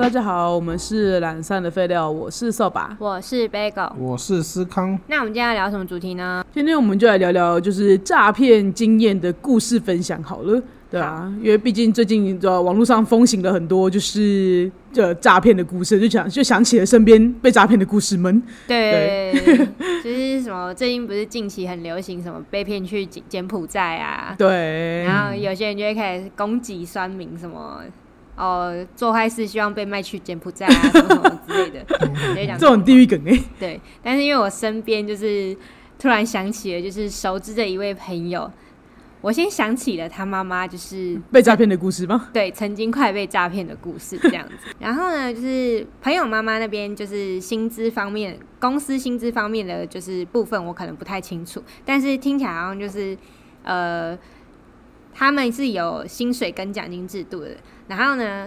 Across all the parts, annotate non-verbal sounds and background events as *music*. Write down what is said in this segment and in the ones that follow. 大家好，我们是懒散的废料，我是扫把。我是 Bagel。我是思康，那我们今天要聊什么主题呢？今天我们就来聊聊就是诈骗经验的故事分享好了。对啊，因为毕竟最近呃网络上风行了很多就是呃诈骗的故事，就想就想起了身边被诈骗的故事们。对， *laughs* 就是什么最近不是近期很流行什么被骗去柬柬埔寨啊，对，然后有些人就会开始攻击酸民什么。哦，做坏事希望被卖去柬埔寨啊，什么什 *laughs* 么之类的，就会讲这种地狱梗哎、对，但是因为我身边就是突然想起了，就是熟知的一位朋友，我先想起了他妈妈，就是被诈骗的故事 *laughs* 吗？对曾经快被诈骗的故事这样子。然后呢，就是朋友妈妈那边就是薪资方面，公司薪资方面的就是部分我可能不太清楚，但是听起来好像就是呃，他们是有薪水跟奖金制度的。然后呢，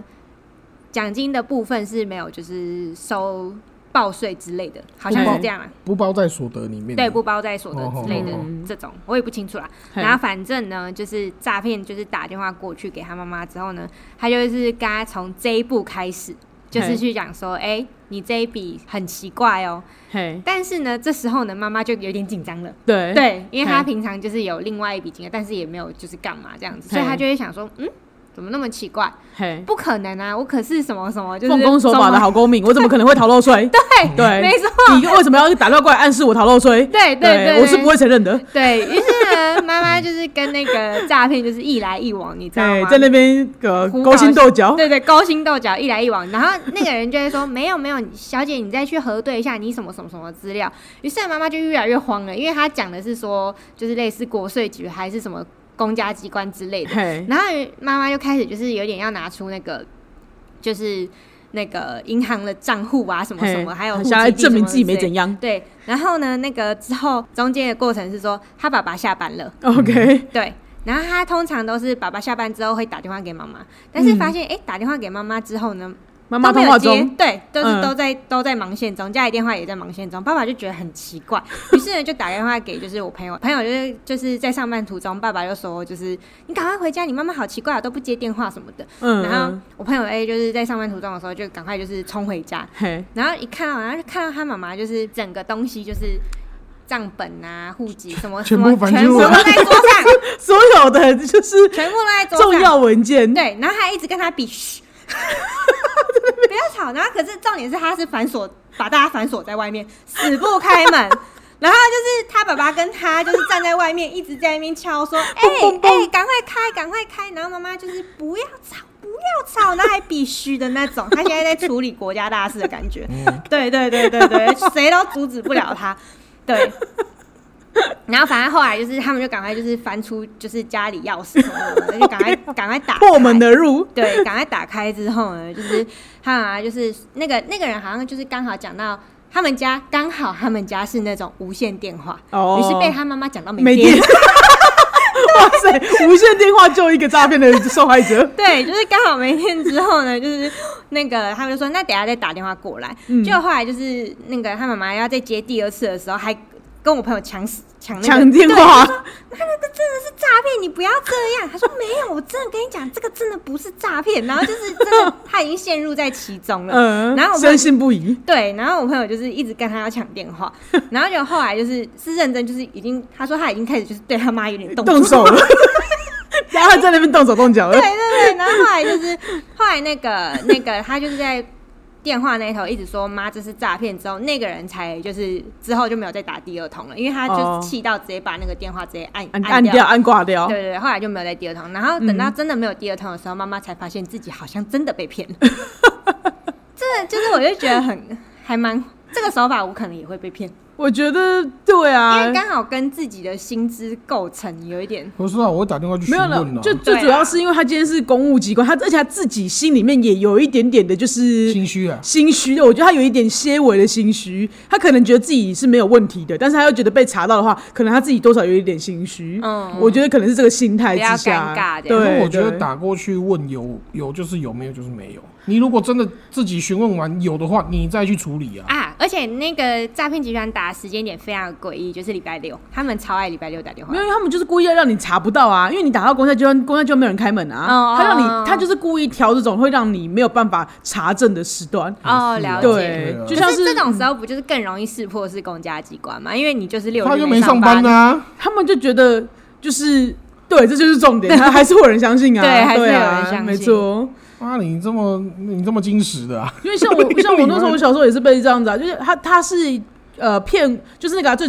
奖金的部分是没有就是收报税之类的，好像不是报这样啊。不包在所得里面。对，不，包在所得之类的嗯哦哦哦这种，我也不清楚啦。嘿然后反正呢，就是诈骗，就是打电话过去给他妈妈之后呢，他就是跟他从这一步开始，就是嘿去讲说，哎、你这一笔很奇怪哦。嘿，但是呢，这时候呢，妈妈就有点紧张了。对对，因为他嘿平常就是有另外一笔金额，但是也没有就是干嘛这样子，嘿所以他就会想说，嗯，怎么那么奇怪？嘿，不可能啊，我可是什么什么，就是奉公守法什么 *laughs* 的好公民，我怎么可能会逃漏税？对对，没错，你为什么要打电话过来暗示我逃漏税？对对对，我是不会承认的。对于是呢，妈妈就是跟那个诈骗就是一来一往，你知 *laughs* 道对，吗？在那边呃胡勾搞心事斗角，对对，勾心斗角，一来一往。然后那个人就会说：“没有没有，小姐，你再去核对一下你什么什么什么资料。”于是妈妈就越来越慌了，因为她讲的是说，就是类似国税局还是什么公家机关之 *laughs* 类的。嘿，然后妈妈就开始就是有点要拿出那个，就是那个银行的账户啊，什么什么，嘿还有户想来籍地证明什么自己没之类怎样。对，然后呢，那个之后中间的过程是说，他爸爸下班了， OK，对，然后他通常都是爸爸下班之后会打电话给妈妈，但是发现哎、诶打电话给妈妈之后呢，嗯妈妈都通没有话接中，，对，都是嗯都在、都在忙线中，家里电话也在忙线中，爸爸就觉得很奇 *laughs* 怪，于是呢就打电话给就是我朋友，朋友就是就是在上班途中，爸爸就说就是你赶快回家，你妈妈好奇怪、啊，都不接电话什么的，嗯，然后嗯我朋友 A 就是在上班途中的时候就赶快就是冲回家，嘿，然后一看到，然后就看到他妈妈就是整个东西就是账本啊、户籍什么什全么，部翻全部出都来在桌上，所有的就是全部都在桌上。重要文件，对，然后还一直跟他比，嘘，不要吵。然后可是重点是他是反锁，把大家反锁在外面，死不开门。然后就是他爸爸跟他就是站在外面，一直在那边敲说：“哎嘣哎、赶快开，赶快开！”然后妈妈就是不要吵，不要吵，那还必须的那种。他现在在处理国家大事的感觉。对对对对对，谁都阻止不了他。对。然后反正后来就是他们就赶快就是翻出就是家里钥匙什么的，就赶快赶快打破开门而入，对，赶快打开之后呢，就是他好像就是那个那个人好像就是刚好讲到他们家刚好他们家是那种无线电话，于、哦是被他妈妈讲到没没电，电。。 *laughs* 哇塞，无线电话救一个诈骗的受害者 *laughs* 对，就是刚好没电之后呢，就是那个他们就说那等一下再打电话过来。嗯就后来就是那个他妈妈要再接第二次的时候，还跟我朋友抢抢 *laughs* 那个抢电对话，他那个真的是诈骗，你不要这样。他说没有，我真的跟你讲，这个真的不是诈骗。然后就是真的他已经陷入在其 *laughs* 中了。嗯，然后我朋友深信不疑，对，然后我朋友就是一直跟他要抢电 *laughs* 话，然后就后来就是是认真，就是已经他说他已经开始就是对他妈有点动动手了， *laughs* 然后他在那边动手动脚 *laughs* 对了，对对，然后后来就是后来那个那个他就是在电话那头一直说妈这是诈骗，之后那个人才就是之后就没有再打第二通了，因为他哦就是气到直接把那个电话直接按按按掉，嗯按挂掉对，对对，后来就没有再第二通。然后等到真的没有第二通的时候，妈妈才发现自己好像真的 *laughs* 被骗了。真的就是，我就觉得很还蛮这个手法，我可能也会被骗，我觉得对因啊为，刚好跟自己的薪资构成有一点。我说啊，我打电话去询 *laughs* 没有了问，了，就对最啊主要是因为他今天是公务机关，他而且他自己心里面也有一点点的，就是心虚啊。心虚的。我觉得他有一点些微的心虚，他可能觉得自己是没有问题的，但是他又觉得被查到的话，可能他自己多少有一点心虚。嗯我觉得可能是这个心态之不要尴下，尬这样对，那我觉得对打过去问有有就是有，没有就是没有。你如果真的自己询问完有的话，你再去处理啊。啊，而且那个诈骗集团打查时间点非常诡异，就是礼拜六，他们超爱礼拜六打电话没有，。因为他们就是故意要让你查不到啊，因为你打到公交机关，公交机关没有人开门啊，哦他让哦你，他就是故意调这种会让你没有办法查证的时段。哦，了解。对对啊，就可像是这种时候不就是更容易识破是公家机关嘛？因为你就是六他日就没上班啊班啊呐、他们就觉得就是对，这就是重点，他还是会有人相信啊， *laughs* 对还是对有人相啊，信没错。啊！你这么你这么矜持的啊？因为像我像我那时候我小时候也是被这样子啊，就是他他是呃骗，就是那个啊、最。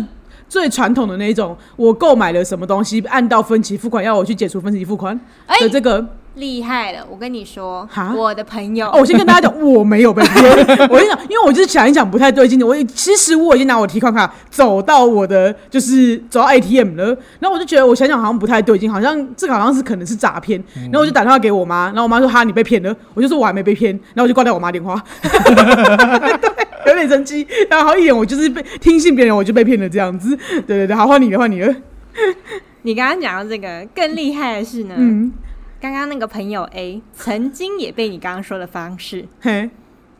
最传统的那一种，我购买了什么东西，按到分期付款，要我去解除分期付款哎的这个。厉害了！我跟你说哈，我的朋友哦，我先跟大家讲，我没有被骗。我跟你讲，因为我就是想一想不太对劲的，我其实我已经拿我提款卡走到我的就是走到 ATM 了，然后我就觉得我想想好像不太对劲，好像这个好像是可能是诈骗，然后我就打电话给我妈，然后我妈说哈你被骗了，我就说我还没被骗，然后我就挂掉我妈电话，对，有点生气，然后一眼我就是被听信别人我就被骗了这样子，对对对，好换你了换你了，你刚刚讲到这个更厉害的是呢，嗯，刚刚那个朋友 A 曾经也被你刚刚说的方式 *laughs* 嘿，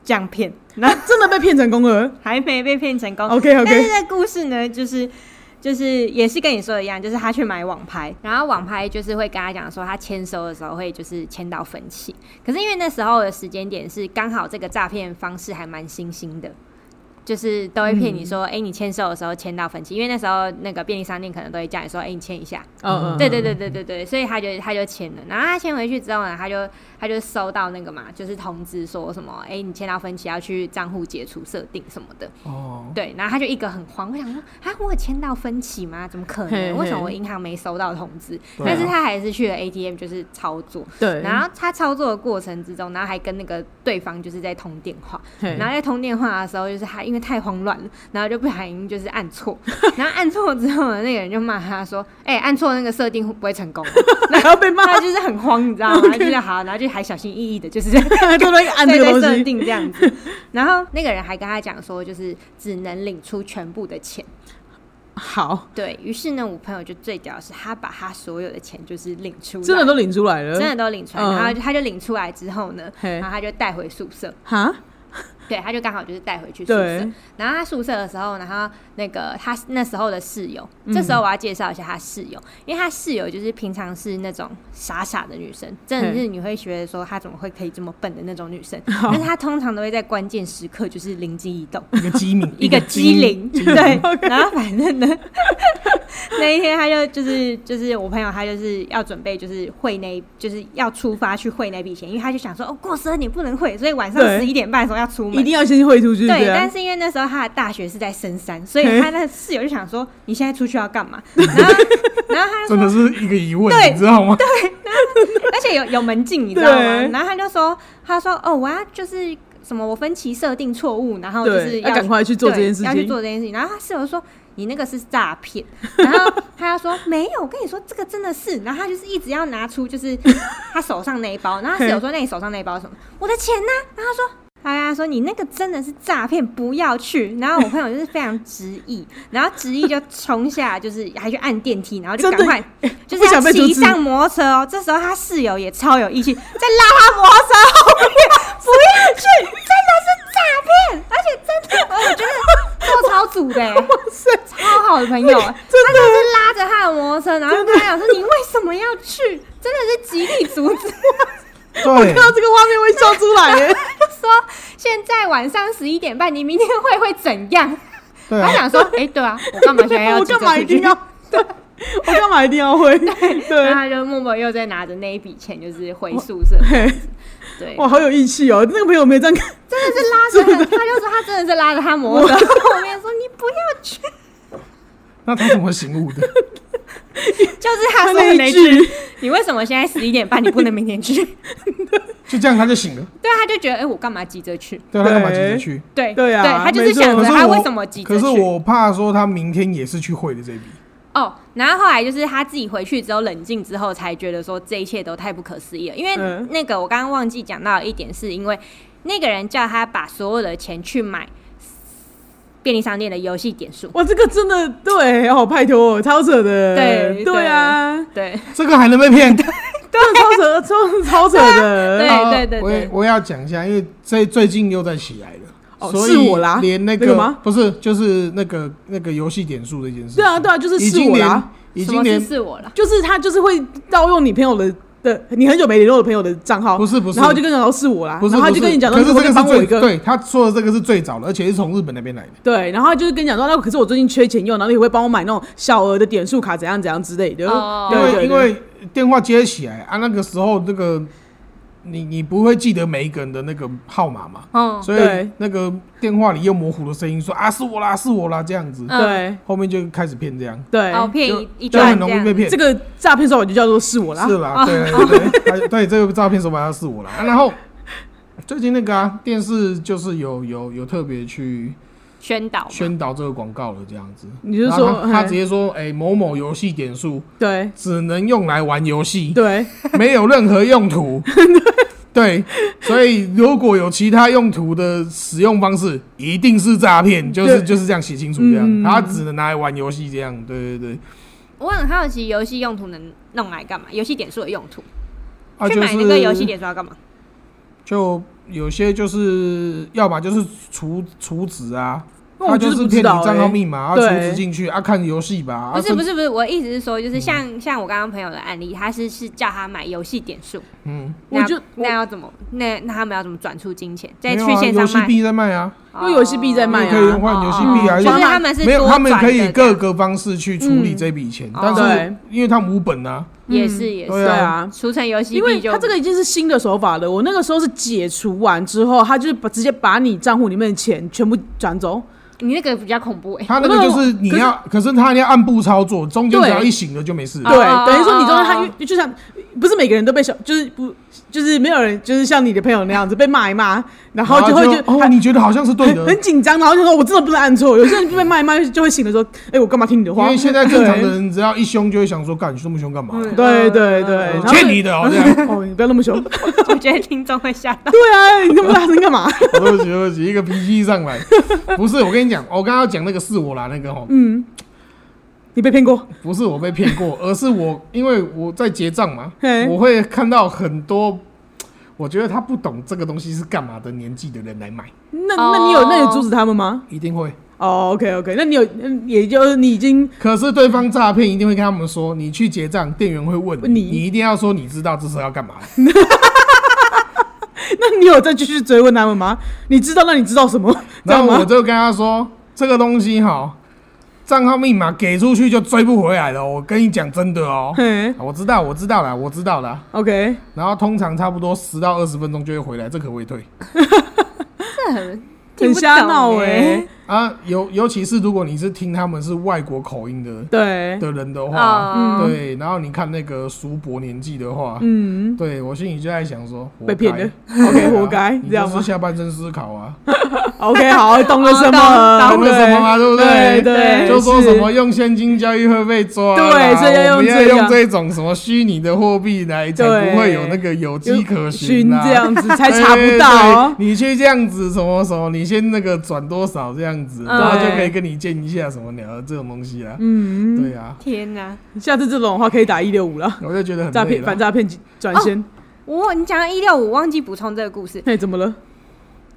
这样骗，那真的被骗成功了还没被骗成功。 *laughs* ，OK 但是 OK，这故事呢，就是就是也是跟你说的一样，就是他去买网拍，然后网拍就是会跟他讲说，他签收的时候会就是签到分期，可是因为那时候的时间点是刚好这个诈骗方式还蛮新兴的。就是都会骗你说，嗯哎、你签售的时候签到分期，因为那时候那个便利商店可能都会叫你说，哎、你签一下。嗯嗯，对对对对对对，所以他就他就签了，然后他签回去之后呢，他就他就收到那个嘛，就是通知说什么，哎、你签到分期要去账户解除设定什么的。哦，对，然后他就一个很慌，我想说啊，我有签到分期吗？怎么可能？嘿嘿为什么我银行没收到通知？对啊但是他还是去了 ATM 就是操作，对，然后他操作的过程之中，然后还跟那个对方就是在通电话，嘿然后在通电话的时候，就是他因为太慌乱了，然后就不小心就是按错，然后按错之后呢，那个人就骂他说：“哎、按错那个设定会不会成功？”啊还要被骂， *laughs* 他就是很慌，你知道 *laughs* 吗？他就是好，然后就还小心翼翼的，就是在对对， *laughs* 按这对个对东设西，定这样子。然后那个人还跟他讲说，就是只能领出全部的钱。好，对于是呢，我朋友就最屌的是，他把他所有的钱就是领出 *laughs* 来，真的都领出来了，真的都领出来，嗯然后他就领出来之后呢，嘿然后他就带回宿舍，哈，对，他就刚好就是带回去宿舍对。，然后他宿舍的时候，然后那个他那时候的室友，嗯这时候我要介绍一下他室友，因为他室友就是平常是那种傻傻的女生，真的是你会觉得说她怎么会可以这么笨的那种女生，哦但是她通常都会在关键时刻就是灵机一动。一个机敏， *laughs* 一个机敏，灵， *laughs* 对，然后反正呢，那一天他就就是就是我朋友他就是要准备就是汇那一就是要出发去汇那笔钱，因为他就想说哦过十二点不能汇，所以晚上对十一点半的时候要出门，一定要先汇出去，对，啊 *laughs* 但，是因为那时候他的大学是在深山，所以嘿他的室友就想说：“你现在出去要干嘛？”然 *laughs* 后，然后他就真的说，是一个疑问，对你知道吗？ *laughs* 而且有有门禁，你知道吗对？然后他就说：“他说哦，我要就是什么，我分歧设定错误，然后就是对，要要去赶快去做这对件事要去情，做这件事情。”然后他室友说。你那个是诈骗，然后他就说没有，我跟你说这个真的是，然后他就是一直要拿 *laughs* 出就是他手上那一包，然后他室友说那你手上那一包是什么？我的钱呢、然后他说他跟他说：“你那个真的是诈骗，不要去。”然后我朋友就是非常执意，然后执意就冲下，就是还去按电梯，然后就赶快就是不要想被阻骑止上摩托车哦。这时候他室友也超有义气，在 *laughs* 拉他摩托车后面，不要去，真的是诈骗，而且真的，我觉得做超组的、欸， *laughs* 超好的朋友，他就是拉着他的摩托车，然后跟他讲说：“你为什么要去？”真的是极力阻止。 *laughs* 对看，到这个画面会笑出来耶，就说现在晚上十一点半，你明天会会怎样？对啊他，想说，哎、对啊，我干嘛现 *laughs* 在要我急着干嘛出一定去？要？对，我干嘛一定要 *laughs* 会？然后对，他就默默又在拿着那一笔钱，就是回宿舍。嘿对，哇，好有义气哦！那个朋友没这样看，真的是拉着他，他就说他真的是拉着他摩托车后面说你不要去，那他怎么醒悟的？就是他说的那那一句，句，你为什么现在十一点半，你不能明天去？ *laughs* 就这样他就醒了，对，他就觉得，哎、我干嘛急着去？对啊，他干嘛急着去？对对啊对 *laughs* 他就是没错想着可是他我为什么急着可去。是我怕说他明天也是去会的这一笔，哦，然后后来就是他自己回去之后冷静之后，才觉得说这一切都太不可思议了。因为嗯那个我刚刚忘记讲到的一点，是因为那个人叫他把所有的钱去买便利商店的游戏点数。哇，这个真的对哦，拜托，超扯的，对对啊，对这个还能 *laughs* 被骗？真的超扯，超超扯的，对对对我也对，我也要讲一下，因为最最近又在起来了。哦所是以我啦连那那个吗？不是，就是那个那个游戏点数的一件事。对啊，对啊，就是已是经我啦连。已什经么连是是我了？就是他就是会盗用你朋友的的你很久没联络的朋友的账号，不是不是，然后就跟你讲说是我啦，不是，啊然后他不就是跟你讲说可是你可不这个可以是帮我最一个对他说的这个是最早的，而且是从日本那边来的。对，然后他就是跟你讲说，那可是我最近缺钱用，然后你会帮我买那种小额的点数卡，怎样怎样之类的。哦对因为对因对为电话接起来啊，那个时候那个你你不会记得每一个人的那个号码嘛，嗯，所以哦对那个电话里又模糊的声音说啊是我啦是我啦这样子，嗯对后面就开始骗这样，对哦，骗就一一就段很这容易样被，骗这。个诈骗手法就叫做是我啦。哦是啦，对对对， *laughs* 啊对这个照片手法是我啦。啊然后最近那个啊电视就是有有有特别去宣导嘛，宣导这个广告了这样子，你就然后说他他嘿直接说哎某某游戏点数对只能用来玩游戏，对 *laughs* 没有任何 *laughs* 用途。对，所以如果有其他用途的使用方式，一定是诈骗，就是对就是这样写清楚这样，嗯他只能拿来玩游戏这样。对对对，我很好奇游戏用途能弄来干嘛？游戏点数的用途，啊，去就买那个游戏是点数要干嘛？就有些就是要么就是储储值啊，那他我就就是是不骗知你道账号欸密码，啊，储对值进去啊，看游戏吧。啊不嗯是甚不是不是，我的意思是说，就是像像我刚刚朋友的案例，他是是叫他买游戏点数，嗯，我那就那要怎么那那他们要怎么转出金钱？在没有去啊线游上戏卖，币在卖啊，因为游戏币在卖哦你啊可以换游戏币啊，哦就哦装是他们是没有，多他们可转以的各个方式去处理嗯这笔钱，哦但是对因为他们无本啊，也是也对是，对啊。储成游戏因为币就他这个已经是新的手法了，我那个时候是解除完之后，他就是把直接把你账户里面的钱全部转走，你那个比较恐怖哎，他那个就是你要，可是他要按步操作，中间只要一醒了就没事。哦对，哦等于说你中哦间他哦因为就像不是每个人都被小，就是不就是没有人就是像你的朋友那样子被骂一骂，然后就会就哦，你觉得好像是对很的，很紧张，然后就说我真的不能按错，有些人就被骂一骂就会醒了说，哎，我干嘛听你的因话？为现在正常的对人只要一凶就会想说，干你这么凶干嘛？嗯对对对，嗯然后呃欠你的哦，这 *laughs* 样。哦，你不要那么凶。对 *laughs* 我觉得听众会吓 *laughs* 到，啊，你那么大声干嘛？对不起，对不起，一个脾气 *laughs* 上来。不是，我跟你讲，我刚刚讲那个是我啦，那个吼，哦嗯，你被骗过？不是我被骗过，而是我因为我在结账嘛，嘿我会看到很多。我觉得他不懂这个东西是干嘛的年纪的人来买，那哦那你有那你有阻止他们吗？一定会。哦，OK OK，那你有，嗯也就是你已经可是对方诈骗一定会跟他们说，你去结账，店员会问你，你你一定要说你知道这是要干嘛。那你有再继续追问他们吗？你知道，那你知道什么？这然样后我吗？就跟他说，这个东西哈，账号密码给出去就追不回来了。我跟你讲真的 *laughs* 哦、嘿啊我知道，我知道啦，我知道啦。 ，OK，然后通常差不多十到二十分钟就会回来，这可不可以退这很很瞎闹哎、哎，啊？尤尤其是如果你是听他们是外国口音的对，的人的话，哦对，然后你看那个叔伯年纪的话，嗯，对我心里就在想说，活被骗了该对啊，OK，活 *laughs* 该你这样就是吗下半身思考 *laughs* 啊， ，OK，好， *laughs* 懂了什么？哦懂了什么啊嘛，对不啊对对，就说是什么用现金交易会被抓啦，对所以要用我们要这样用这种什么虚拟的货币来，才对不会有那个有迹可寻啊。这 *laughs* 样子才对查不到哦。对你去这样子什么什么，你先那个转多少这样子，嗯然后就可以跟你见一下什么鸟这种东西啦。嗯，对啊，天哪！ *laughs* 下次这种的话可以打一六五了，我就觉得很诈累骗了哦反诈骗转先。我你讲到一六五，忘记补充这个故事，哎，怎么了？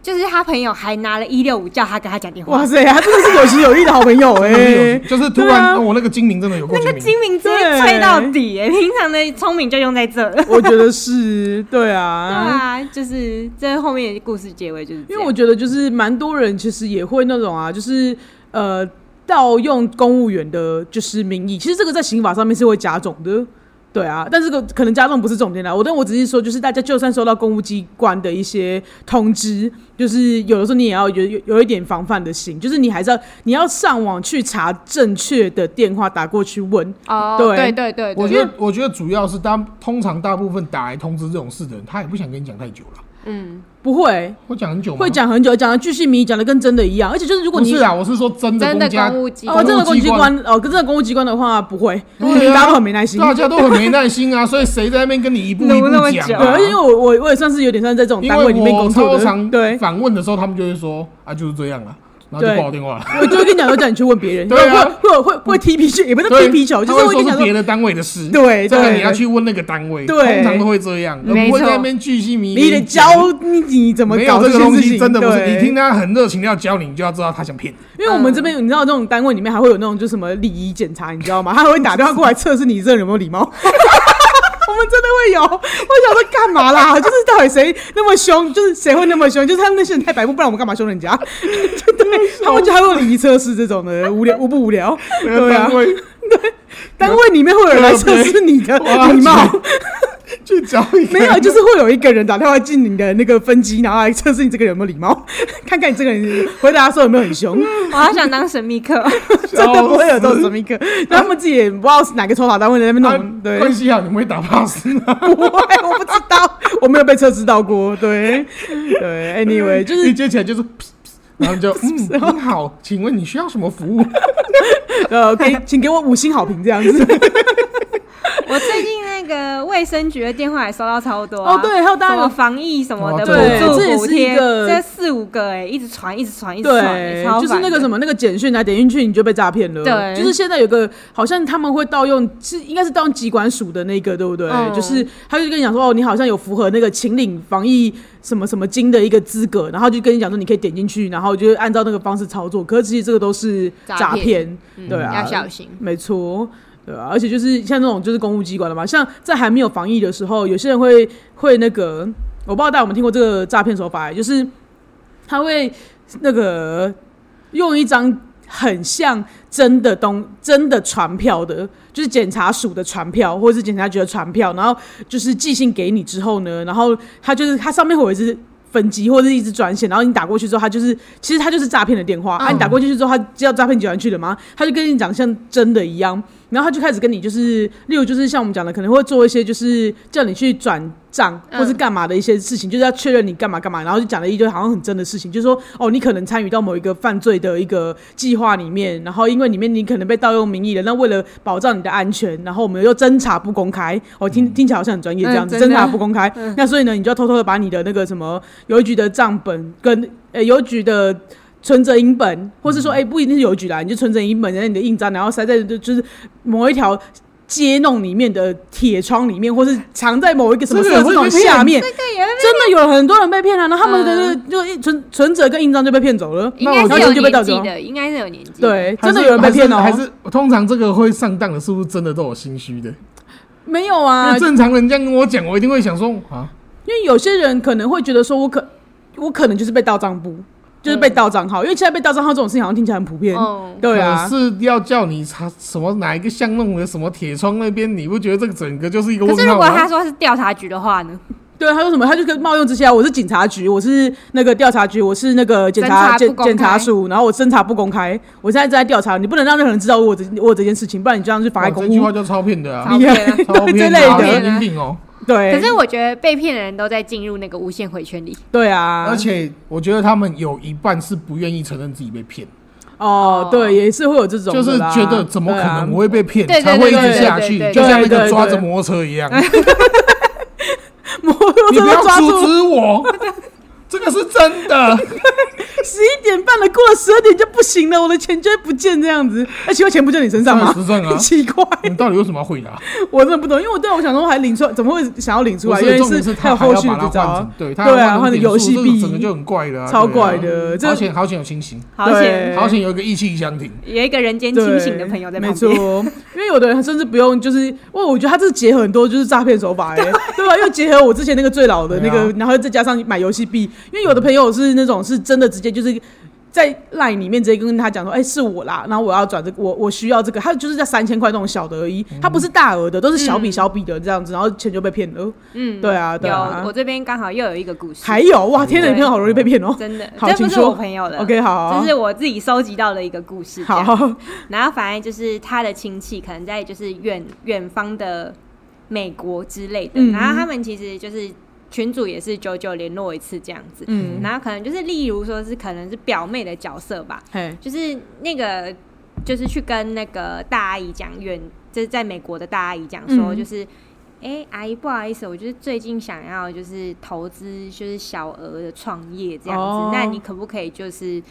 就是他朋友还拿了一六五叫他给他讲电哇话，塞，他真的是有情有义的好朋 *laughs* 友真的有哎。就是突对然、啊哦我那个精明真的有够那精个明，精明直接对吹到底哎、平常的聪明就用在这了。我觉得是，对对啊，啊，就是这后面的故事结尾就是这因样，为我觉得就是蛮多人其实也会那种啊，就是呃盗用公务员的就是名义，其实这个在刑法上面是会加重的。对啊，但这个可能加重不是重点啦。我但我只是说，就是大家就算收到公务机关的一些通知，就是有的时候你也要有有有一点防范的心，就是你还是要你要上网去查正确的电话打过去问。哦，对对对对，我对觉得，我觉得主要是当通常大部分打来通知这种事的人，他也不想跟你讲太久了，嗯，不会，会讲很久吗？会讲很久，讲的巨细靡遗，讲的跟真的一样。而且就是如果不你是啊，我是说真的真的公家公务机哦，关这个公务机机关关哦，跟这个公务机关的话不会，对啊大家都很没耐心。 *laughs* 大家都很没耐心啊，所以谁在那边跟你一步一步撸那么讲、久对，啊而？且因为我我我也算是有点算在这种因单位里为面我工超作常的，对反问的时候，他们就会说啊，就是这样啊，然后就对挂我电话了。我就会跟你讲，就叫你去问别人，对啊会会会会踢皮球，也不是对踢皮球，他就是会跟你说讲是说别，的单位的事，对这个对你要去问那个单位，对通常都会这样，而没不会在错那边巨细靡遗。你得教你你怎么没搞有这个件东事西情，真的不嗯是，对你听他很热情的要教你，你就要知道他想骗你。因为我们这边，你知道那种单位里面还会有那种就什么礼仪检查，你知道吗？他还会打电话过来测试你这人有没有礼貌。 *laughs* 我们真的会有，我想说干嘛啦？就是到底谁那么凶？就是谁会那么凶？就是他们那些人太白目，不然我们干嘛凶人家？ *laughs* 对，他们就还会有礼仪测试这种的，无聊无不无聊？ *laughs* 那个对啊单，位单位里面会有人来测试你的哇礼貌，去找一个没有，就是会有一个人打电话进你的那个分机，然后来测试你这个人有没有礼貌， *laughs* 看看你这个人回答说有没有很 *laughs* 凶。我好想当神秘 *laughs* 客，真的不会有这种神秘客，他们自己也不知道是哪个抽法单位在那边啊弄，对，关系好，你们会打 pass 吗？ *laughs* 不会，我不知道，我没有被测试到过，对，对，anyway，就一是哦接起来就是 *laughs* 噗。噗然后就嗯，您好，请问你需要什么服务？呃，给请给我五星好评这样子。我最近那个卫生局的电话也收到超多、啊、哦，对，还有大家什么有防疫什么的哦补对助这也补是一贴，个这四五个哎、一直传，一直传，一直传、欸，对超，就是烦那个的什么那个简讯啊，点进去你就被诈骗了。对就是现在有个好像他们会盗用，是应该是盗用机关署的那个，对不对？嗯就是他就跟你讲说，哦，你好像有符合那个秦岭防疫什么什么金的一个资格，然后就跟你讲说你可以点进去，然后就按照那个方式操作。可是其实这个都是诈诈骗骗，对啊，嗯要小心。没错，对啊，而且就是像这种就是公务机关的嘛，像在还没有防疫的时候，有些人会会那个，我不知道大家有没有听过这个诈骗手法，就是他会那个用一张很像真的东真的传票的，就是检察署的传票或者是检察局的传票，然后就是寄信给你之后呢，然后他就是他上面会有一只。分机或者是一支专线，然后你打过去之后，他就是其实他就是诈骗的电话、啊！嗯你打过去之后，他知道诈骗集团去了吗？他就跟你讲像真的一样，然后他就开始跟你就是，例如就是像我们讲的，可能会做一些就是叫你去转账嗯或是干嘛的一些事情，就是要确认你干嘛干嘛，然后就讲了一堆好像很真的事情，就是说哦，你可能参与到某一个犯罪的一个计划里面，然后因为里面你可能被盗用名义了，那为了保障你的安全，然后我们又侦查不公开，哦，嗯听听起来好像很专业这样子，嗯真侦的查不公开，那所以呢，你就要偷偷的把你的那个什么邮局的账本跟呃邮局的存折银本，或是说，嗯哎、不一定是邮局啦，你就存折银本，然后你的印章，然后塞在就就是某一条街弄里面的铁窗里面，或是藏在某一个什么这个垃有圾桶被骗嗯下面，这个也真的有很多人被骗了、啊然后他们的、就存存折跟印章就被骗走了，应该然后是有就被盗年走纪。的，应该是有年纪。，对，还 *laughs* 真是的有人被骗了、哦还是还是通常这个会上当的，是不是真的都有心虚的？没有因啊为？正常人这样跟我讲，我一定会想说啊，因为有些人可能会觉得说，我可我可能就是被盗账簿，就是被盗账号，因为现在被盗账号这种事情好像听起来很普遍。嗯，对啊，可是要叫你查什么哪一个巷弄的什么铁窗那边，你不觉得这个整个就是一个可问是如号啊果他吗？说是调查局的话呢？对，他说什么？他就跟冒用之下，我是警察局，我是那个调查局，我是那个检侦查察不检公开检察署，然后我侦查不公开，我现在正在调查，你不能让任何人知道我有这我有这件事情，不然你这样就妨碍哇公这句务 *laughs* 话。就超骗的啊超，骗啊超骗这类的的啊，神经病哦。对，可是我觉得被骗的人都在进入那个无限回圈里。对啊，而且我觉得他们有一半是不愿意承认自己被骗，哦哦，对，也是会有这种的就是啦，觉得怎么可能我对啊会被骗，对对才会一对直对下对去对，就像那对个对抓着对哎摩托车一样， *laughs* 摩托你车不要都抓阻住止我， *laughs* 这个是真的。十一点半了，过了十二点就不行了，我的钱就会不见这样子。哎，奇怪，钱不在你身上吗当然不？*laughs* 在啊奇怪，你到底为什么要回答？我真的不懂，因为我对我想说我还领出来，怎么会想要领出不来？是原来重点是还他有还后要续把的它这换招成，对，对啊他换成成游戏币整个就很怪的啊，超对啊怪的这好险，好险有清醒，好险对好险有一个意气相挺。有一个人间对清醒的朋友在旁没边错。， *laughs* 因为有的人甚至不用，就是哇，我觉得他这结合很多就是诈骗手法哎、 *laughs* 对吧？又结合我之前那个最老的那个，对啊然后再加上买游戏币，因为有的朋友是那种是真的直接就是。在 LINE 里面直接跟他讲说，哎、是我啦，然后我要转这个，我我需要这个，他就是在三千块那种小的而嗯已，他不是大额的，都是小笔小笔的这样子，然后钱就被骗了。嗯，对啊对啊有，我这边刚好又有一个故事，还有哇，天哪，对你朋友好容易被骗哦、真的，好这不请是我说朋友的 OK，好，这是我自己收集到的一个故事。这样，好，然后反正就是他的亲戚，可能在就是远远方的美国之类的，嗯然后他们其实就是群主也是久久联络一次这样子，嗯，然后可能就是例如说是可能是表妹的角色吧，嘿，就是那个就是去跟那个大阿姨讲远，就是在美国的大阿姨讲说，嗯就是。哎、阿姨，不好意思，我就是最近想要就是投资，就是小额的创业这样子，哦那你可不可以就是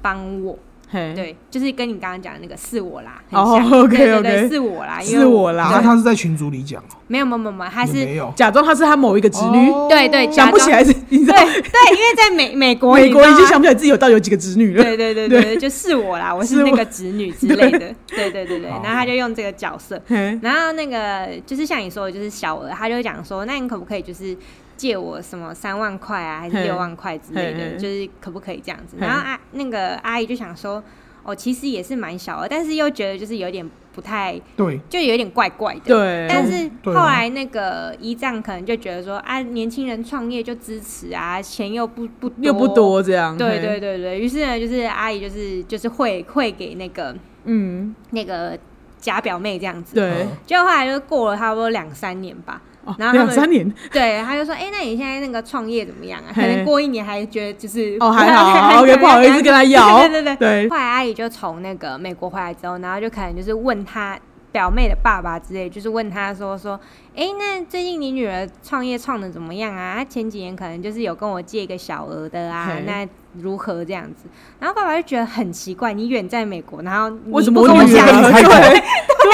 帮我，嘿，对，就是跟你刚刚讲的那个是我啦，很哦像，OK，对对对 OK 是我啦，因为是我然后啦，他是在群组里讲哦，没有没有没有没有，他也是没有假装她是她某一个侄女，哦对对假想不起来是，你知对道，对，因为在美美国，美国你已知道经吗想不起来自己有到底有几个侄女了。对对对对对，就是我啦，我是是那我哦个侄女之类的，对对对对，然后他就用这个角色， *laughs* 嘿，然后那个就是像你说的，就是小额，他就会讲说，那你可不可以就是借我什么三万块啊，还是嘿六万块之嘿类嘿的，就是可不可以这样子？嘿然后阿、那个阿姨就想说，哦，其实也是蛮小额，但是又觉得就是有点不太，对，就有点怪怪的。对，但是后对啊来那个姨丈可能就觉得说啊，年轻人创业就支持啊，钱又不不又不，多这样。嘿对对，对对。于是呢，就是阿姨就是就是会会给那个嗯，那个假表妹这样子，对，嗯结果后来就过了差不多两三年吧，哦然后他们两三 *laughs* 年，对，他就说，哎、那你现在那个创业怎么样啊？可嘿能过一年还觉得就是哦还 *laughs* 好，OK，不好意思跟他要。对对对对。对后来阿姨就从那个美国回来之后，然后就可能就是问他表妹的爸爸之类，就是问他说说，哎、那最近你女儿创业创的怎么样啊？她前几年可能就是有跟我借一个小额的啊嘿，那如何这样子？然后爸爸就觉得很奇怪，你远在美国，然后你为什不么跟我女讲儿啊跟我开口对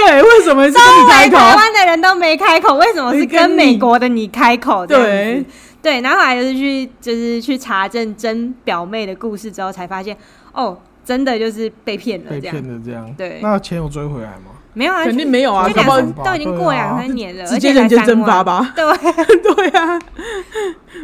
对，为什么是跟你 *laughs* 开台口？湾的人都没开口，为什么是跟美国的你开口？这样对子，对，然后后来就是去就是去查证真表妹的故事之后，才发现哦，真的就是被骗了被这样骗。的这样。对那钱有追回来吗？没有啊，肯定没有啊，就搞不好两三都已经过两三年了，直而接且人才间三蒸发万。吧。 *laughs* 对，对啊，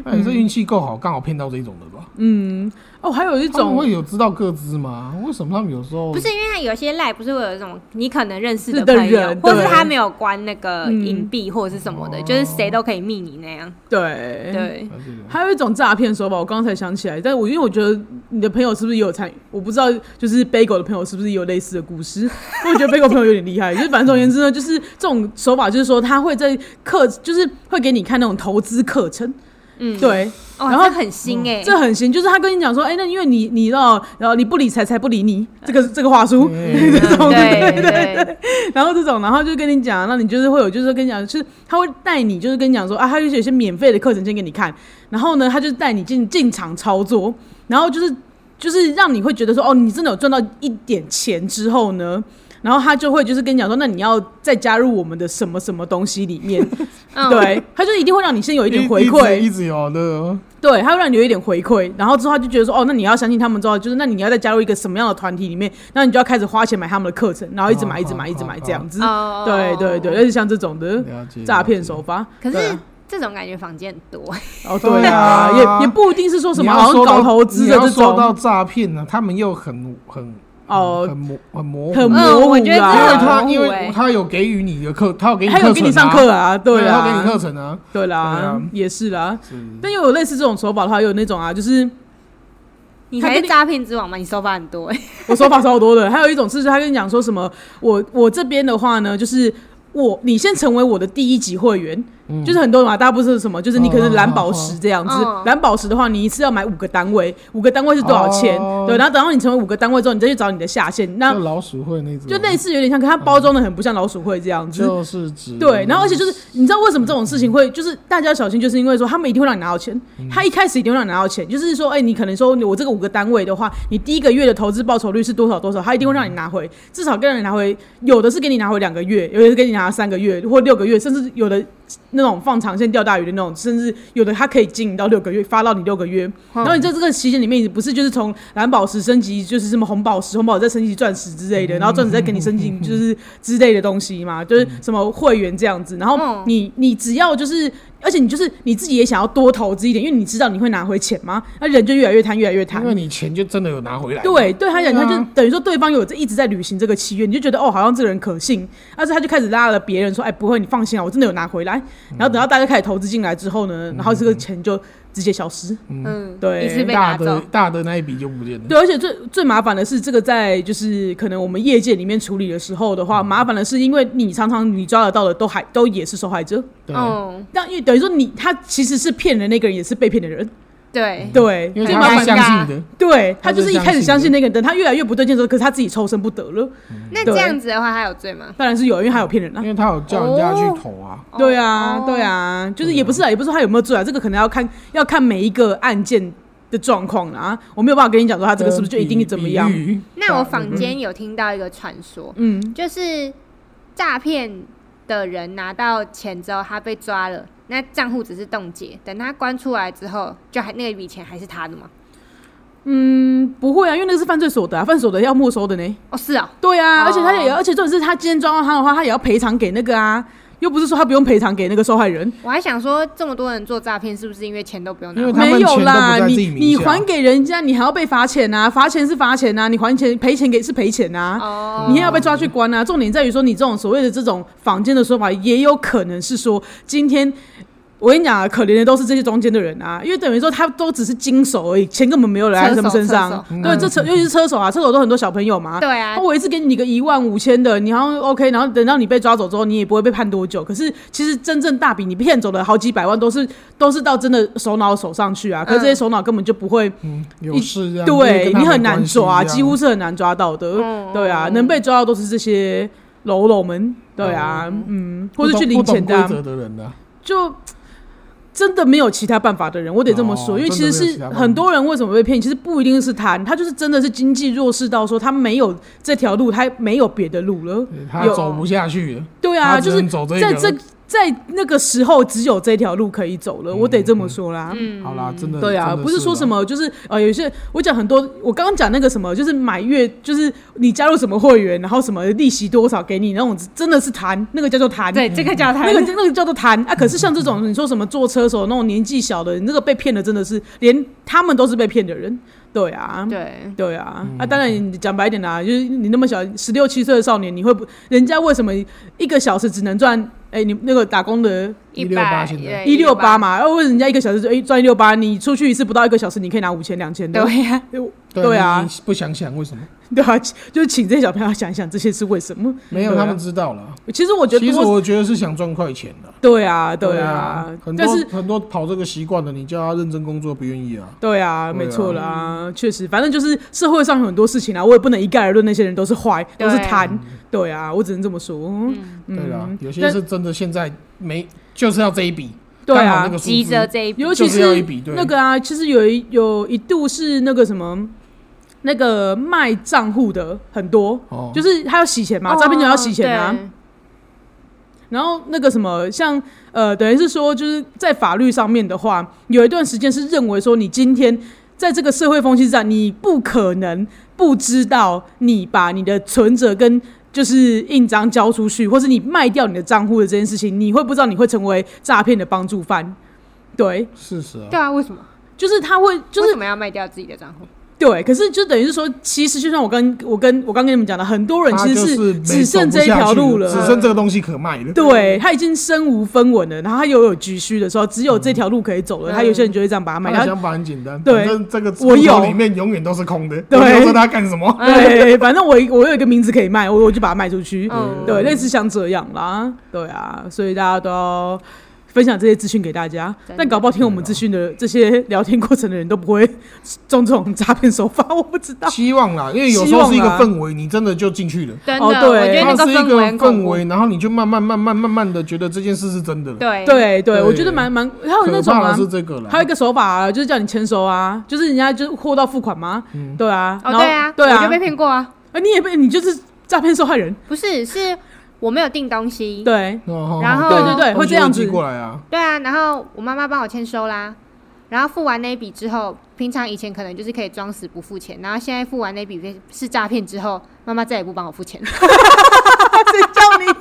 那你是哎运气够好，刚好骗到这种的吧？嗯，哦，还有一他们种会有知道各自吗？为什么他们有时候不是因为他有些赖不是会有这种你可能认识是的的朋友人，或是对他没有关那个嗯银币或者是什么的，就是谁都可以密你那样。对。对，还是还有一种诈骗手法，我刚才想起来，但我因为我觉得你的朋友是不是也有参与，我不知道，就是 Bagel 的朋友是不是也有类似的故事？ *laughs* 因为我觉得 Bagel 朋友有点厉害，就是反正总而言之呢，就是这种手法，就是说他会在课，就是会给你看那种投资课程，嗯，，对，哦，然后这很新哎，这很行，就是他跟你讲说，哎、那因为你你知道，然后你不理财，财不理你，这个这个话术，*laughs* 嗯这种对欸对对对， *laughs* 然后这种，然后就跟你讲，那你就是会有，就是跟你讲，就是他会带你，就是跟你讲说啊，他就是有一些免费的课程先给你看，然后呢，他就是带你进进场操作，然后就是就是让你会觉得说，哦，你真的有赚到一点钱之后呢。 *laughs* 然后他就会就是跟你讲说，那你要再加入我们的什么什么东西里 *laughs* 面，嗯，对，他就一定会让你先有一点回一直馈，一直有的，对，他会让你有一点回馈，然后之后他就觉得说，哦，那你要相信他们之后，就是那你要再加入一个什么样的团体里面，那你就要开始花钱买他们的课程，然后一直买，一直买，一直买这样子，哦，对对对，而且像这种的了解诈骗手。法，可对是啊这种感觉房间很多，哦对对啊，啊也也不一定是说了解什么你要好像说到搞投资的你要这说到种诈骗呢，他们又很很哦很模很模糊，很因为模糊嗯我觉得这很啦，他因模糊欸为他有给予你的课，他有给你他课有给程你啊上课啊，对他有给啦你课，程啊，对对啦啊，也是啦。是但又有类似这种手法的话，又有那种啊，就是你他才跟是你诈骗之王嘛，你手法很多哎、我手法超多的。还 *laughs* 有一种是他跟你讲说什么，我我这边的话呢，就是我你先成为我的第一级会员，嗯就是很多嘛，大部分是什么，就是你可能蓝宝石这样子哦哦哦，蓝宝石的话，你一次要买五个单位，五个单位是多少钱？哦对，然后等到你成为五个单位之后，你再去找你的下线，那就老鼠会那种，就类似有点像，可它包装的很不像老鼠会这样子。啊就是指对，然后而且就是，你知道为什么这种事情会，就是大家要小心，就是因为说他们一定会让你拿到钱，他一开始一定会让你拿到钱，就是说，哎、你可能说我这个五个单位的话，你第一个月的投资报酬率是多少多少，他一定会让你拿回，至少跟让你拿回，有的是给你拿回两个月，有的是给你拿三个月或六个月，甚至有的那种放长线钓大鱼的那种，甚至有的它可以经营到六个月，发到你六个月，然后你在这个期间里面，你不是就是从蓝宝石升级，就是什么红宝石，红宝石再升级钻石之类的，然后钻石再给你升级就是之类的东西嘛，就是什么会员这样子。然后嗯你你只要就是，而且你就是你自己也想要多投资一点，因为你知道你会拿回钱嘛，那人就越来越贪，越来越贪因。为你钱就真的有拿回来，，对，对他讲，对他啊就等于说对方有一直在履行这个契约，你就觉得哦，好像这个人可信，但是他就开始拉了别人说，哎，不会，你放心啊，我真的有拿回来。然后等到大家开始投资进来之后呢，然后这个钱就直接消失。嗯，对一次被大拿的走，大的那一笔就不见了，对，而且最最麻烦的是，这个在就是可能我们业界里面处理的时候的话，嗯麻烦的是，因为你常常你抓得到的都还都也是受害者，对，嗯，但因为等于说你他其实是骗人那个人，也是被骗的人，对，对，嗯因为最他麻麻烦是烦相的信的，对他他就是是一开始相相信信那个人，等他越来越不对劲的时候，可是他自己抽身不得了，嗯那对这样子的话还有罪吗？当然是有，因为他有骗人啊因。为他有叫人家去投啊，哦对啊，哦对啊，就是也不是啊，也不是说他有没有罪啊，这个可能要看要看每一个案件的状况啊，我没有办法跟你讲说他这个是不是就一定怎么样呃比。喻嗯那我坊间有听到一个传说，嗯，就是诈骗的人拿到钱之后，他被抓了，那账户只是冻结，等他关出来之后，就还那笔钱还是他的吗？不会啊，因为那个是犯罪所得啊，犯罪所得要没收的呢。哦，是哦，对啊，哦而且他也，而且重点是他今天抓到他的话，他也要赔偿给那个啊，又不是说他不用赔偿给那个受害人。我还想说，这么多人做诈骗，是不是因为钱都不用拿因为回来？他没们有钱都不啦，在自你己你名下还给人家，你还要被罚钱啊，罚钱是罚钱啊，你还钱赔钱给是赔钱啊。哦，你也要被抓去关啊！重点在于说，你这种所谓的这种坊间的说法，也有可能是说，今天我跟你讲啊，可怜的都是这些中间的人啊，因为等于说他都只是经手而已，钱根本没有来在他们身车手上车。对，这车尤其是车手啊，车手都很多小朋友嘛。对啊那，我一次给你个一万五千的，你好像 OK，然后等到你被抓走之后，你也不会被判多久。可是其实真正大笔你骗走的好几百万，都是都是到真的首脑手上去啊。可是这些首脑根本就不会，嗯，有事啊，对你你很难啊抓，几乎是很难抓到的。嗯对哦啊，能被抓到都是这些喽喽们。对哦啊，嗯，或者去领领钱的、规啊，则的人的啊，就真的没有其他办法的人，我得这么说，哦因为其实真的没有其是他办法很多人为什么被骗，其实不一定是他，他就是真的是经济弱势到说他没有这条路，他没有别的路了。对他有走不下去了，对啊，他只就是能走这在个这在那个时候只有这条路可以走了，我得这么说啦。嗯，好啦，真的对啊，真的不是说啦什么，就是呃，有些我讲很多，我刚刚讲那个什么，就是买月，就是你加入什么会员，然后什么利息多少给你那种，真的是谈，那个叫做谈。对，这个叫他那个那个叫做谈啊。可是像这种你说什么坐车手那种年纪小的，你那个被骗的真的是连他们都是被骗的人。对啊，对，对啊，啊，当然你讲白一点啦、就是你那么小，十六七岁的少年，你会不？人家为什么一个小时只能赚？哎、你那个打工的100 168现在对哎一六八嘛，要为人家一个小时哎赚一六八，你出去一次不到一个小时，你可以拿五千两千的，对啊呀，对啊你不想想为什么？ *laughs* 对啊，就是请这些小朋友想一想这些是为什么。没有，对啊他们知道了。其实我觉得其实多，我觉得是想赚快钱的。对啊，对对啊，很但多是很多跑这个习惯的，你叫他认真工作不愿意啊。对啊，对啊没错啦，确实，反正就是社会上有很多事情啊，我也不能一概而论那些人都是坏，对都是贪，对啊，我只能这么说， *laughs* 嗯对啊啦，有些但是真的现在没，就是要这一笔。对刚好那啊个，数字急着这一笔，尤其就是要一笔对那个啊，其实有一有一度是那个什么。那个卖账户的很多，哦，就是他要洗钱嘛，诈骗集团要洗钱啊。哦然后那个什么，像呃，等于是说，就是在法律上面的话，有一段时间是认为说，你今天在这个社会风气之下，你不可能不知道你把你的存折跟就是印章交出去，或是你卖掉你的账户的这件事情，你会不知道你会成为诈骗的帮助犯。对，事实啊对。对啊，为什么？就是他会，就为是什么要卖掉自己的账户？对，可是就等于是说，其实就像我跟我跟我刚跟你们讲的，很多人他其就实是没只剩走这不一下条去路了，只剩这个东西可卖了。对他已经身无分文了，然后他又有急需的时候，只有这条路可以走了。嗯他有些人就会这样把它他卖的掉。想法很简单，对反正这个我有户头里面永远都是空的，对我留着它干什么？ *laughs* 对，反正我我有一个名字可以卖，我我就把它卖出去。嗯对，类似像这样啦，对啊，所以大家都要分享这些资讯给大家真的。啊但搞不好听我们资讯的这些聊天过程的人都不会 *laughs* 中这种诈骗手法，我不知道。希望啦，因为有时候是一个氛围，你真的就进去了。真的，哦对我觉得那它是一氛个围很恐氛怖围，然后你就慢慢慢慢慢慢的觉得这件事是真的了。对哦对对，我觉得对蛮蛮，还有那可种怕啊的，是这个了。还有一个手法啊，就是叫你签收啊，就是人家就是货到付款嘛，嗯对啊，哦然后对啊，对我啊就被，骗过啊，啊你也被你就是诈骗受害人，不是，是我没有订东西，对。 *laughs* 哦，然后哦对对对东西会这样子寄过来啊。对啊，然后我妈妈帮我签收啦，然后付完那一笔之后，平常以前可能就是可以装死不付钱，然后现在付完那笔费是诈骗之后，妈妈再也不帮我付钱了，谁叫你？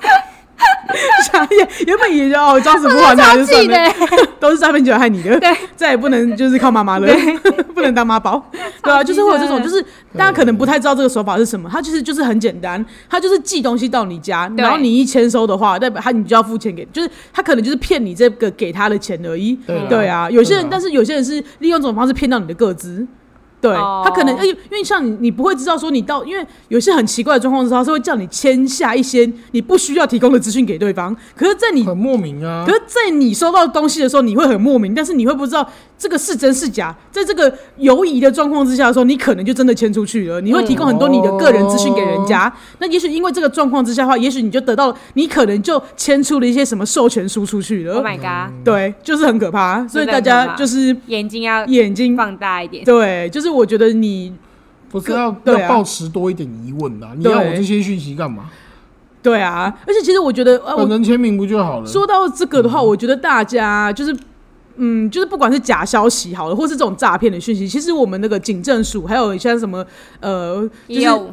*laughs* 傻眼，原本也就哦，装死不还他就超算气的了，欸， *laughs* 都是诈骗集团害你的，对，再也不能就是靠妈妈了， *laughs* 不能当妈宝，对啊，就是会有这种，就是嗯大家可能不太知道这个手法是什么，它其实就是很简单，它就是寄东西到你家，对然后你一签收的话，代表他你就要付钱给，就是他可能就是骗你这个给他的钱而已，对啊对啊，有些对啊人，但是有些人是利用这种方式骗到你的个资，对、哦他可能，因为因为像你，你不会知道说你到，因为有些很奇怪的状况的时候，他是会叫你签下一些你不需要提供的资讯给对方。可是，在你、很莫名啊可。是在你收到东西的时候，你会很莫名，但是你会不知道这个是真是假。在这个犹疑的状况之下的时候，你可能就真的签出去了。你会提供很多你的个人资讯给人家。哦那也许因为这个状况之下的话，也许你就得到了，你可能就签出了一些什么授权书出去了。*laughs* Oh my god！对，就是很可怕。所以大真的很家可怕就是眼睛要眼睛放大一点。对，就是我觉得你不是要对要啊保持多一点疑问啊！你要我对这些讯息干嘛？对啊，而且其实我觉得，呃，本我人签名不就好了？说到这个的话，我觉得大家就是。嗯，就是不管是假消息好了，或是这种诈骗的讯息，其实我们那个警政署，还有像什么呃，就一是六五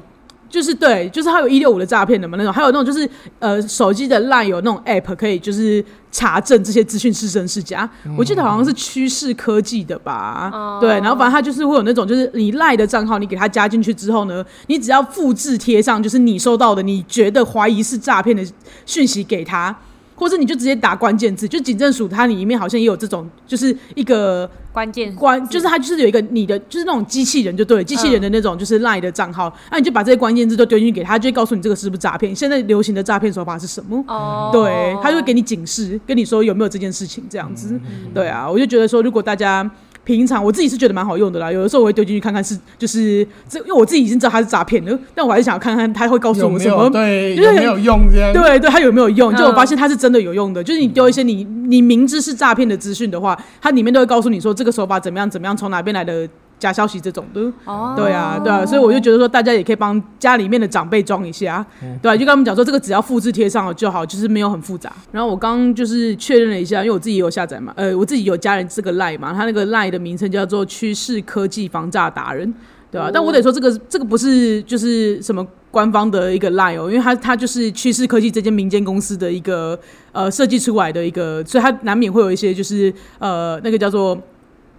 就是对，就是它有一六五的诈骗的嘛那种，还有那种就是呃手机的 LINE 有那种 app 可以就是查证这些资讯是真是假。我记得好像是趋势科技的吧，哦对，然后反正它就是会有那种就是你 LINE 的账号，你给它加进去之后呢，你只要复制贴上就是你收到的你觉得怀疑是诈骗的讯息给他。或者你就直接打关键字，就警政署它里面好像也有这种，就是一个关键关，就是它就是有一个你的，就是那种机器人就嗯对了，机器人的那种就是 Line 的账号，那、你就把这些关键字都丢进去给他，它就会告诉你这个是不是诈骗，现在流行的诈骗手法是什么。哦，对，他就会给你警示，跟你说有没有这件事情这样子。嗯对啊，我就觉得说，如果大家平常我自己是觉得蛮好用的啦，有的时候我会丢进去看看是就是这，因为我自己已经知道它是诈骗了，但我还是想要看看他会告诉有我没什有么。对就是有没有用这样？对对，它有没有用？嗯就我发现它是真的有用的，就是你丢一些你你明知是诈骗的资讯的话，它里面都会告诉你说这个手法怎么样怎么样，从哪边来的假消息这种的。哦，对啊，对啊，所以我就觉得说，大家也可以帮家里面的长辈装一下，对啊，就跟他们讲说，这个只要复制贴上了就好，就是没有很复杂。然后我刚刚就是确认了一下，因为我自己有下载嘛，呃，我自己有家人这个 line 嘛，它那个 line 的名称叫做趋势科技防诈达人，对啊，但我得说这个这个不是就是什么官方的一个 line 哦，因为它它就是趋势科技这间民间公司的一个呃设计出来的一个，所以它难免会有一些就是呃那个叫做。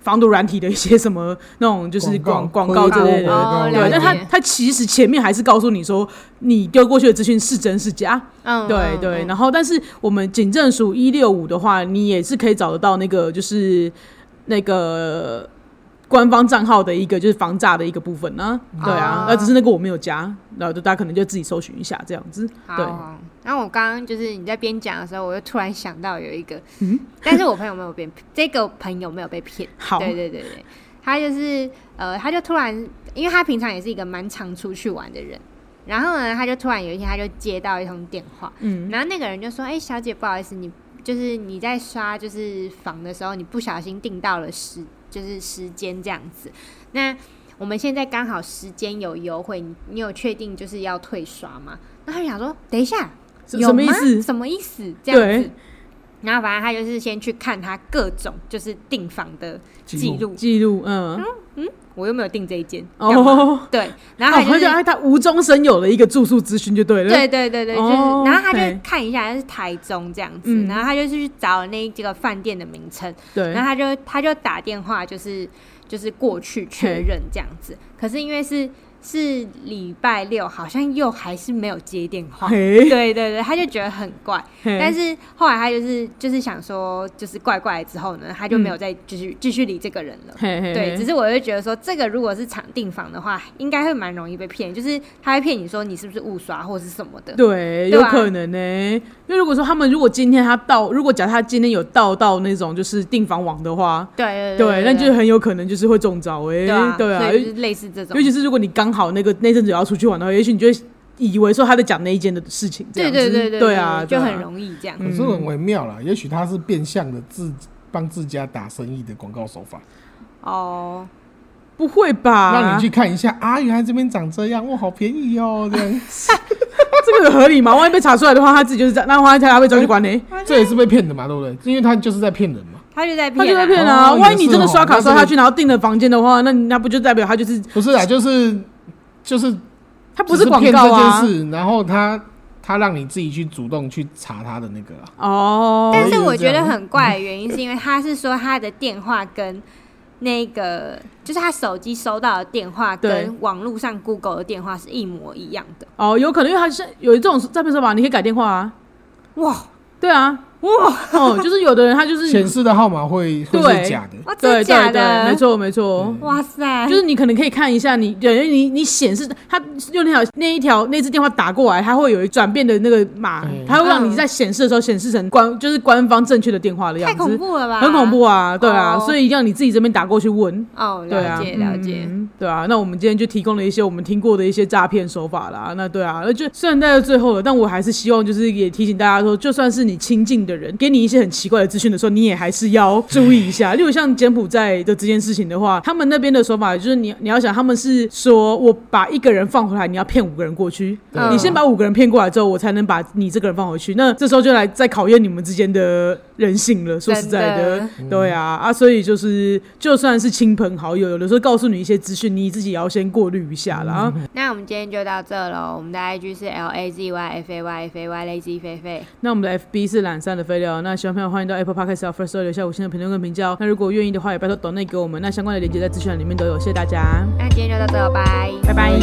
防毒软体的一些什么那种就是广广告之类的，哦对，了但解他他其实前面还是告诉你说，你丢过去的资讯是真是假，嗯，对嗯对。嗯然后，但是我们警政署一六五的话，你也是可以找得到那个就是那个官方账号的一个就是防诈的一个部分呢、对啊哦，那、只是那个我没有加，然后就大家可能就自己搜寻一下这样子。对，好，然后我刚刚就是你在边讲的时候，我就突然想到有一个，嗯但是我朋友没有被这个朋友没有被骗， *laughs* 好，对对对对，他就是呃，他就突然，因为他平常也是一个蛮常出去玩的人，然后呢，他就突然有一天他就接到一通电话，嗯，然后那个人就说：“哎、小姐，不好意思，你就是你在刷就是房的时候，你不小心订到了时就是时间这样子。那我们现在刚好时间有优惠，你你有确定就是要退刷吗？”那他就想说：“等一下，什有什么吗意思？什么意思？这样对子。”然后反正他就是先去看他各种就是订房的记录，记录，嗯，我又没有订这一间，干嘛哦，对，然后哦他就而是且他他无中生有的一个住宿资讯就对了，对对对对，就是，哦然后他就嘿看一下是台中这样子，嗯然后他就去找那这个饭店的名称，对然后他就他就打电话就是就是过去确嘿认这样子，可是因为是是礼拜六，好像又还是没有接电话，嘿对对对，他就觉得很怪，嘿但是后来他就是就是想说就是怪怪之后呢，他就嗯没有再继续继续理这个人了。嘿嘿对，嘿只是我就觉得说，这个如果是场订房的话，应该会蛮容易被骗，就是他会骗你说你是不是误刷或是什么的。对，对有啊吧可能呢、因为如果说他们如果今天他到，如果假设他今天有到到那种就是订房网的话，对对对，那对就很有可能就是会中招哎、对啊，对啊，所以就尤是类似这种，尤其是如果你刚好那个那阵子有要出去玩的话，也许你就会以为说他在讲那一件的事情，这对样子对对对对啊，就对啊很容易这样。可是嗯很微妙啦，也许他是变相的自帮自家打生意的广告手法，哦，不会吧？让你去看一下啊，原来这边长这样，哇，好便宜哦，这 *laughs* 样 *laughs* 这个合理吗？万一被查出来的话，他自己就是这样，那他他会抓去关呢、这也是被骗的嘛，对不对？因为他就是在骗人嘛，他就在骗啊，他就在骗哦啊！万一你真的也是哦刷卡那这刷个下去，然后订了房间的话，那你那不就代表他就是不是啊，就是就是他不只是广骗告这啊件？事，然后他他让你自己去主动去查他的那个啊，哦，但是我我以为是这觉样得很怪的原因，是因为他是说他的电话跟那个，就是他手机收到的电话对跟网络上 Google 的电话是一模一样的。哦，有可能，因为他是有这种诈骗手法，你可以改电话啊。哇，对啊，哇，哦，就是有的人他 *laughs* 就是显示的号码会会对是假的。哇，啊 *laughs* 真对的假对的？对，没，错没错。哇塞，就是你可能可以看一下你，对，你你显示它用那条那一条那只电话打过来，它会有一转变的那个码，嗯它会让嗯你在显示的时候显示成官就是官方正确的电话的太样恐子，怖了吧？很恐怖啊，对啊，哦所以要你自己这边打过去问。哦，对了啊，解了解，嗯，对啊，那我们今天就提供了一些我们听过的一些诈骗手法啦。那对啊，那就虽然待到最后了，但我还是希望就是也提醒大家说，就算是你亲近的人给你一些很奇怪的资讯的时候，你也还是要注意一 *laughs* 下。例如像柬埔寨的这件事情的话，他们那边的手法就是你你要想，他们是说我把一个人放回来，你要骗五个人过去，对啊你嗯先把五个人骗过来之后，我才能把你这个人放回去。那这时候就来再考验你们之间的人性了。说实在真的，的对啊啊，所以就是就算是亲朋好友，有的时候告诉你一些资讯，你自己也要先过滤一下啦。那我们今天就到这喽。我们的 IG 是 L A Z Y F A Y F A Y Lazy 菲菲。那我们的 FB 是懒散的废料，那喜欢朋友欢迎到 Apple Podcast 和 First Story 留下五星的评论跟评价哦。那如果愿意的话，也拜托抖内给我们，那相关的链接在资讯栏里面都有，谢谢大家，那今天就到这喽，拜。拜拜